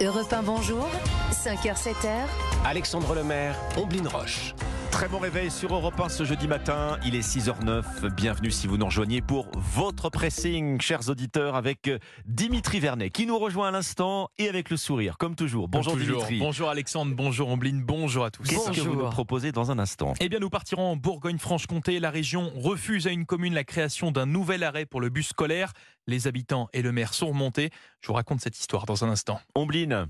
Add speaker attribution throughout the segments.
Speaker 1: Europe 1, bonjour. 5h, 7h.
Speaker 2: Alexandre Lemaire, Omblin Roche.
Speaker 3: Très bon réveil sur Europe 1 ce jeudi matin. Il est 6h09. Bienvenue si vous nous rejoignez pour votre pressing, chers auditeurs, avec euh, Dimitri Vernet qui nous rejoint à l'instant et avec le sourire, comme toujours. Bonjour
Speaker 4: Bonjour,
Speaker 3: Dimitri.
Speaker 4: Bonjour Alexandre, bonjour Ambline, bonjour à tous.
Speaker 3: Qu'est-ce que vous nous proposez dans un instant
Speaker 4: Eh bien, nous partirons en Bourgogne-Franche-Comté. La région refuse à une commune la création d'un nouvel arrêt pour le bus scolaire. Les habitants et le maire sont remontés. Je vous raconte cette histoire dans un instant.
Speaker 3: Ombline,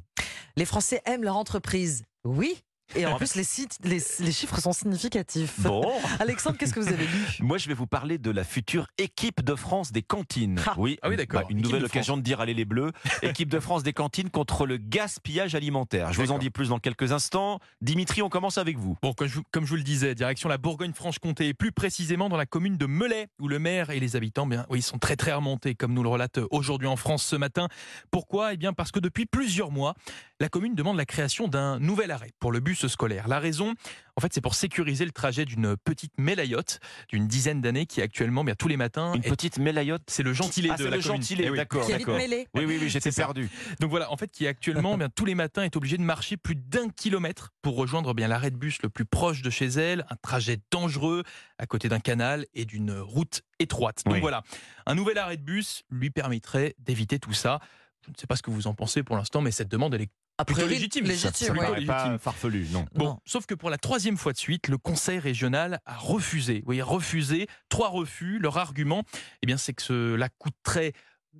Speaker 5: Les Français aiment leur entreprise. Oui. Et en plus, les, sites, les, les chiffres sont significatifs.
Speaker 3: Ah, bon,
Speaker 5: Alexandre, qu'est-ce que vous avez lu
Speaker 3: moi je vais vous parler de la future équipe de France des cantines.
Speaker 5: Ah.
Speaker 3: oui, Bah,
Speaker 4: Ah oui, d'accord.
Speaker 3: une
Speaker 4: Équipe
Speaker 3: nouvelle
Speaker 4: de
Speaker 3: occasion de dire allez les bleus. Équipe de France des cantines contre le gaspillage alimentaire. Je vous en
Speaker 4: D'accord.
Speaker 3: dis plus dans quelques instants. Dimitri, on commence avec vous.
Speaker 4: Bon, comme je, vous- comme je vous le disais, direction la Bourgogne-Franche-Comté, et plus précisément dans la commune de Melay, où le maire et les habitants, bien, oui, sont très très remontés, comme nous le relate aujourd'hui en France ce matin. Pourquoi Eh bien, parce que depuis plusieurs mois, la commune demande la création d'un nouvel arrêt pour le bus scolaire. La raison, en fait, c'est pour sécuriser le trajet d'une petite mélayotte d'une dizaine d'années qui actuellement, bien, tous les matins,
Speaker 3: Une
Speaker 4: est-
Speaker 3: petite mélayotte.
Speaker 4: c'est le gentilé
Speaker 3: Ah, c'est
Speaker 4: de la
Speaker 3: le
Speaker 4: commune.
Speaker 3: gentilé,
Speaker 4: Eh oui.
Speaker 3: d'accord,
Speaker 5: Qui habite
Speaker 3: d'accord.
Speaker 5: Mêlée
Speaker 3: Oui, oui, oui, j'étais
Speaker 4: C'est ça.
Speaker 3: perdu.
Speaker 4: Donc voilà, en fait, qui actuellement, eh bien, tous les matins, est obligée de marcher plus d'un kilomètre pour rejoindre eh bien l'arrêt de bus le plus proche de chez elle, un trajet dangereux à côté d'un canal et d'une route étroite. Donc
Speaker 3: Oui.
Speaker 4: voilà, un nouvel arrêt de bus lui permettrait d'éviter tout ça. Je ne sais pas ce que vous en pensez pour l'instant, mais cette demande, elle est
Speaker 5: A
Speaker 4: Plutôt
Speaker 5: priori,
Speaker 4: légitime, ça,
Speaker 5: Légitime,
Speaker 4: ça me
Speaker 5: ouais.
Speaker 4: paraît.
Speaker 3: Ouais, pas farfelu, non.
Speaker 4: Bon,
Speaker 5: Non.
Speaker 4: sauf que pour la troisième fois de suite, le Conseil régional a refusé. Oui, refusé. Trois refus. Leur argument, eh bien, c'est que cela coûterait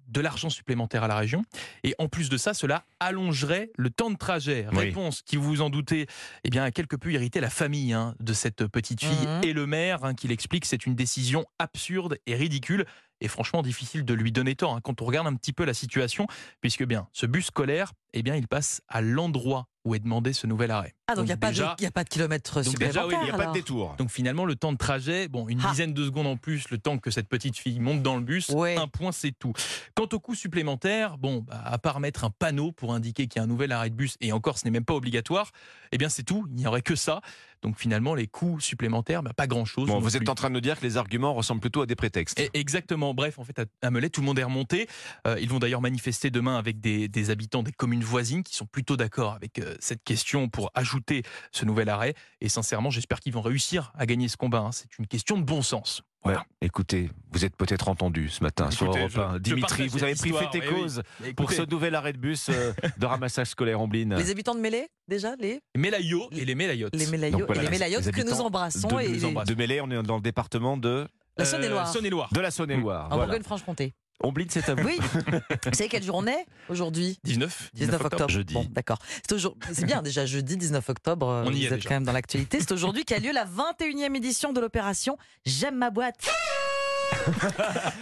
Speaker 4: de l'argent supplémentaire à la région. Et en plus de ça, cela allongerait le temps de trajet.
Speaker 3: Oui.
Speaker 4: Réponse qui, vous vous en doutez, eh bien, a quelque peu irrité la famille hein, de cette petite fille
Speaker 5: Mhm.
Speaker 4: et le maire hein, qui l'explique. C'est une décision absurde et ridicule. Et franchement, difficile de lui donner tort hein, quand on regarde un petit peu la situation, puisque bien, ce bus scolaire, eh bien, il passe à l'endroit où est demandé ce nouvel arrêt.
Speaker 5: Ah, donc il n'y a,
Speaker 4: Donc
Speaker 5: pas de-
Speaker 4: déjà-
Speaker 5: y a pas de kilomètres
Speaker 4: Donc déjà,
Speaker 5: supplémentaires.
Speaker 4: oui,
Speaker 3: Il
Speaker 4: il
Speaker 3: n'y a pas de
Speaker 5: alors.
Speaker 3: détour.
Speaker 4: Donc finalement, le temps de trajet, bon, une
Speaker 5: Ah.
Speaker 4: dizaine de secondes en plus, le temps que cette petite fille monte dans le bus,
Speaker 5: Ouais.
Speaker 4: un point, c'est tout. Quant au coût supplémentaire, bon, bah, à part mettre un panneau pour indiquer qu'il y a un nouvel arrêt de bus, et encore, ce n'est même pas obligatoire, eh bien c'est tout, il n'y aurait que ça. Donc finalement, les coûts supplémentaires, bah, pas grand-chose.
Speaker 3: Bon,
Speaker 4: non
Speaker 3: vous êtes
Speaker 4: plus.
Speaker 3: en train de nous dire que les arguments ressemblent plutôt à des prétextes.
Speaker 4: Et- Exactement. Bref, en fait, à- à Melay, tout le monde est remonté. Euh, ils vont d'ailleurs manifester demain avec des, des habitants des communes voisines qui sont plutôt d'accord avec euh, cette question pour ajouter ce nouvel arrêt. Et sincèrement, j'espère qu'ils vont réussir à gagner ce combat. hein. C'est une question de bon sens.
Speaker 3: Ouais. Écoutez, vous êtes peut-être entendu ce matin sur
Speaker 4: Écoutez,
Speaker 3: Europe
Speaker 4: je-
Speaker 3: 1.
Speaker 4: je
Speaker 3: Dimitri,
Speaker 4: partage
Speaker 3: vous
Speaker 4: cette
Speaker 3: avez pris fait
Speaker 4: histoire,
Speaker 3: tes
Speaker 4: eh oui.
Speaker 3: causes pour
Speaker 4: Pour
Speaker 3: ce nouvel arrêt de bus euh, de ramassage scolaire Ombline.
Speaker 5: Les habitants de Mêlée, déjà, les,
Speaker 4: Mélaïo et les Mélayotes.
Speaker 5: les Mélaillots
Speaker 3: Donc voilà,
Speaker 5: et les
Speaker 3: les-
Speaker 5: Mélaillotes
Speaker 3: les
Speaker 5: que nous
Speaker 3: habitants
Speaker 5: embrassons.
Speaker 3: de,
Speaker 5: et
Speaker 3: nous
Speaker 5: les-
Speaker 3: embrasse. de Mêlée, on est dans le département de,
Speaker 5: La Saône-et-Loire.
Speaker 4: Saône-et-Loire.
Speaker 3: de la Saône-et-Loire.
Speaker 5: En
Speaker 3: Voilà.
Speaker 5: Bourgogne-Franche-Comté.
Speaker 3: Ombline, c'est à vous.
Speaker 5: Oui. vous savez quel jour on est aujourd'hui
Speaker 4: 19,
Speaker 5: 19 octobre.
Speaker 3: Jeudi.
Speaker 5: Bon, d'accord. C'est aujourd- C'est bien déjà jeudi 19 octobre. euh,
Speaker 4: On y
Speaker 5: vous
Speaker 4: est
Speaker 5: êtes
Speaker 4: déjà.
Speaker 5: quand même dans l'actualité. C'est aujourd'hui qu'a lieu la 21e édition de l'opération J'aime ma boîte.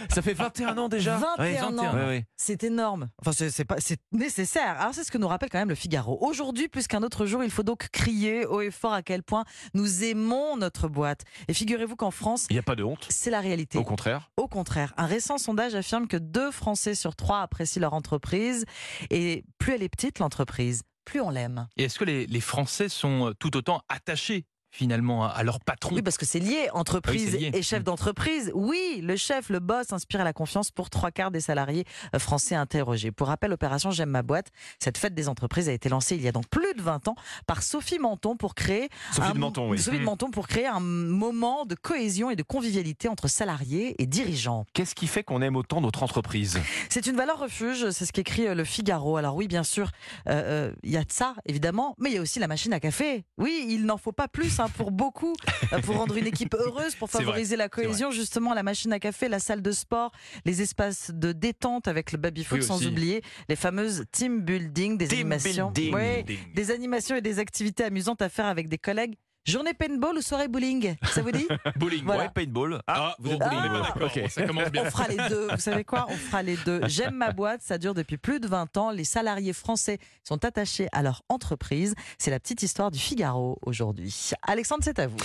Speaker 3: Ça fait 21 ans déjà
Speaker 5: 21
Speaker 3: Ouais,
Speaker 5: ans.
Speaker 3: ouais, ouais.
Speaker 5: C'est énorme. Enfin, c'est- c'est pas, c'est nécessaire. Alors, c'est ce que nous rappelle quand même le Figaro. Aujourd'hui, plus qu'un autre jour, il faut donc crier haut et fort à quel point nous aimons notre boîte. Et figurez-vous qu'en France,
Speaker 3: Il n'y a pas de honte,
Speaker 5: c'est la réalité.
Speaker 3: au contraire.
Speaker 5: Au contraire, un récent sondage affirme que deux Français sur trois apprécient leur entreprise. Et plus elle est petite, l'entreprise, plus on l'aime.
Speaker 4: Et est-ce que les, les Français sont euh, tout autant attachés finalement à, à leur patron
Speaker 5: Oui, bah, parce que c'est lié, entreprise
Speaker 4: Ah oui, c'est lié.
Speaker 5: et chef
Speaker 4: Mm.
Speaker 5: d'entreprise. Oui, le chef, le boss inspire la confiance pour trois quarts des salariés euh, français interrogés. Pour rappel, opération J'aime ma boîte, cette fête des entreprises a été lancée il y a donc plus de 20 ans par Sophie Menton pour créer
Speaker 3: Sophie
Speaker 5: un,
Speaker 3: de Menton, oui.
Speaker 5: Ah Sophie de
Speaker 4: Mm.
Speaker 5: Menton pour créer un moment de cohésion et de convivialité entre salariés et dirigeants.
Speaker 3: Qu'est-ce qui fait qu'on aime autant notre entreprise
Speaker 5: C'est une valeur refuge, c'est ce qu'écrit euh, le Figaro. Alors oui, bien sûr, euh, euh, il y a de ça, évidemment, mais il y a aussi la machine à café. Oui, il n'en faut pas plus hein, pour beaucoup, euh, pour rendre une équipe heureuse, pour
Speaker 4: C'est vrai,
Speaker 5: favoriser la cohésion, justement, la machine à café, la salle de sport, les espaces de détente avec le baby-foot,
Speaker 4: Oui,
Speaker 5: sans
Speaker 4: aussi.
Speaker 5: oublier les fameuses team building, des
Speaker 3: Team
Speaker 5: animations.
Speaker 3: building.
Speaker 5: Ouais, des animations et des activités amusantes à faire avec des collègues. Journée paintball ou soirée bowling, ça vous dit
Speaker 4: Bowling.
Speaker 5: voilà.
Speaker 3: Ouais, paintball. Ah,
Speaker 4: Ah,
Speaker 3: vous
Speaker 4: bon,
Speaker 3: êtes
Speaker 4: on
Speaker 5: bowling,
Speaker 4: est pas
Speaker 5: vous.
Speaker 4: d'accord,
Speaker 3: Ok.
Speaker 4: bon, ça commence bien.
Speaker 5: On fera les deux. Vous savez quoi On fera les deux. J'aime ma boîte. Ça dure depuis plus de 20 ans. Les salariés français sont attachés à leur entreprise. C'est la petite histoire du Figaro aujourd'hui. Alexandre, c'est à vous.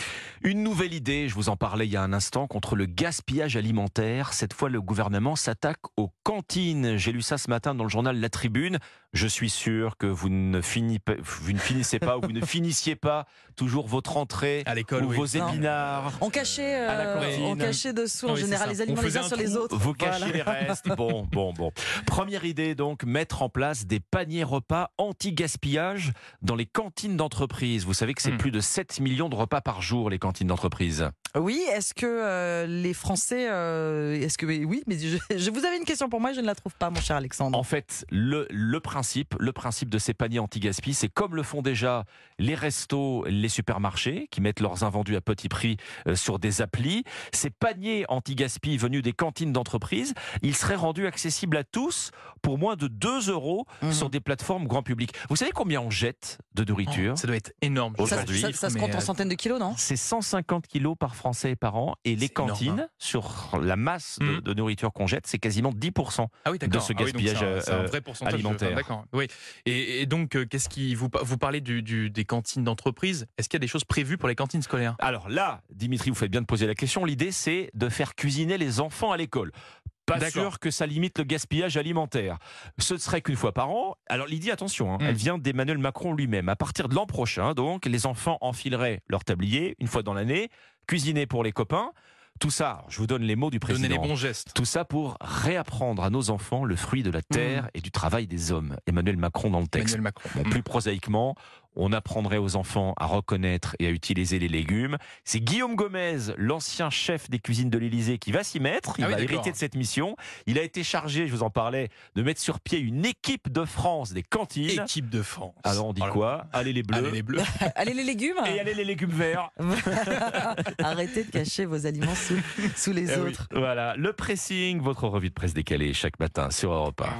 Speaker 3: Une nouvelle idée, je vous en parlais il y a un instant, contre le gaspillage alimentaire. Cette fois, le gouvernement s'attaque aux cantines. J'ai lu ça ce matin dans le journal La Tribune. Je suis sûr que vous ne, fini- vous ne finissez pas ou vous ne finissiez pas toujours votre entrée
Speaker 4: À l'école,
Speaker 3: ou
Speaker 4: oui.
Speaker 3: vos
Speaker 5: Non.
Speaker 3: épinards.
Speaker 5: On cachait,
Speaker 4: À la
Speaker 5: euh,
Speaker 4: cantine.
Speaker 5: on cachait dessous en
Speaker 4: Oui, c'est
Speaker 5: général
Speaker 4: ça.
Speaker 5: les aliments
Speaker 4: On
Speaker 5: les
Speaker 4: faisait
Speaker 5: uns
Speaker 4: un
Speaker 5: sur les
Speaker 4: trou.
Speaker 5: autres.
Speaker 3: Vous
Speaker 5: Voilà.
Speaker 3: cachez les restes. Bon, bon, bon. Première idée donc, mettre en place des paniers repas anti-gaspillage dans les cantines d'entreprise. Vous savez que c'est
Speaker 4: Hmm.
Speaker 3: plus de 7 millions de repas par jour, les cantines d'entreprise.
Speaker 5: Oui, est-ce que euh, les Français, euh, est-ce que oui, mais je, je vous avais une question pour moi, je ne la trouve pas, mon cher
Speaker 4: Mm.
Speaker 5: Alexandre.
Speaker 3: En fait, le, le principe, le principe de ces paniers anti-gaspi, c'est comme le font déjà les restos, les supermarchés, qui mettent leurs invendus à petit prix euh, sur des applis. Ces paniers anti-gaspi venus des cantines d'entreprise, ils seraient rendus accessibles à tous pour moins de 2 euros
Speaker 4: Mm.
Speaker 5: Mhm.
Speaker 3: sur des plateformes grand public. Vous savez combien on jette de nourriture
Speaker 4: Oh, ça doit être énorme.
Speaker 5: Ça-
Speaker 3: aujourd'hui,
Speaker 5: ça, ça se
Speaker 4: mais,
Speaker 5: compte en
Speaker 4: euh,
Speaker 5: centaines de kilos, non
Speaker 3: c'est 150 kilos par Français et par an. Et les
Speaker 4: C'est énorme,
Speaker 3: cantines,
Speaker 4: hein.
Speaker 3: sur la masse de,
Speaker 4: Mhm.
Speaker 3: de nourriture qu'on jette, c'est quasiment 10%.
Speaker 4: Ah oui, d'accord.
Speaker 3: de ce
Speaker 4: Ah oui, donc c'est un-
Speaker 3: gaspillage,
Speaker 4: c'est un,
Speaker 3: euh,
Speaker 4: vrai pourcentage de-
Speaker 3: alimentaire.
Speaker 4: enfin, d'accord. Oui. Et, et donc, euh, qu'est-ce qui vous, par- vous parlez du, du- des cantines d'entreprise Est-ce qu'il y a des choses prévues pour les cantines scolaires
Speaker 3: Alors là, Dimitri, vous faites bien de poser la question. L'idée, c'est de faire cuisiner les enfants à l'école. Pas
Speaker 4: D'accord.
Speaker 3: sûr que ça limite le gaspillage alimentaire. Ce ne serait qu'une fois par an. Alors l'idée, attention, hein,
Speaker 4: Mm.
Speaker 3: elle vient d'Emmanuel Macron lui-même. À partir de l'an prochain, donc, les enfants enfileraient leur tablier une fois dans l'année, cuisiner pour les copains. Tout ça, alors, je vous donne les mots du président.
Speaker 4: Donner les bons gestes.
Speaker 3: Tout ça pour réapprendre à nos enfants le fruit de la terre et du travail des hommes. Emmanuel Macron dans le texte.
Speaker 4: Mm. Emmanuel Macron.
Speaker 3: Bon, plus prosaïquement, on apprendrait aux enfants à reconnaître et à utiliser les légumes. C'est Guillaume Gomez, l'ancien chef des cuisines de l'Élysée, qui va s'y mettre. Il
Speaker 4: Ah oui,
Speaker 3: va
Speaker 4: d'accord.
Speaker 3: hériter de cette mission. Il a été chargé, je vous en parlais, de mettre sur pied une équipe de France des cantines.
Speaker 4: Équipe de France.
Speaker 3: Alors on dit
Speaker 4: Oh là
Speaker 3: quoi Allez les
Speaker 4: là.
Speaker 3: bleus
Speaker 4: Allez, les bleus.
Speaker 5: Allez les légumes.
Speaker 3: et allez les légumes verts.
Speaker 5: Arrêtez de cacher vos aliments sous, sous les
Speaker 4: Eh oui.
Speaker 5: autres.
Speaker 3: Voilà, le pressing, votre revue de presse décalée chaque matin sur Europe 1.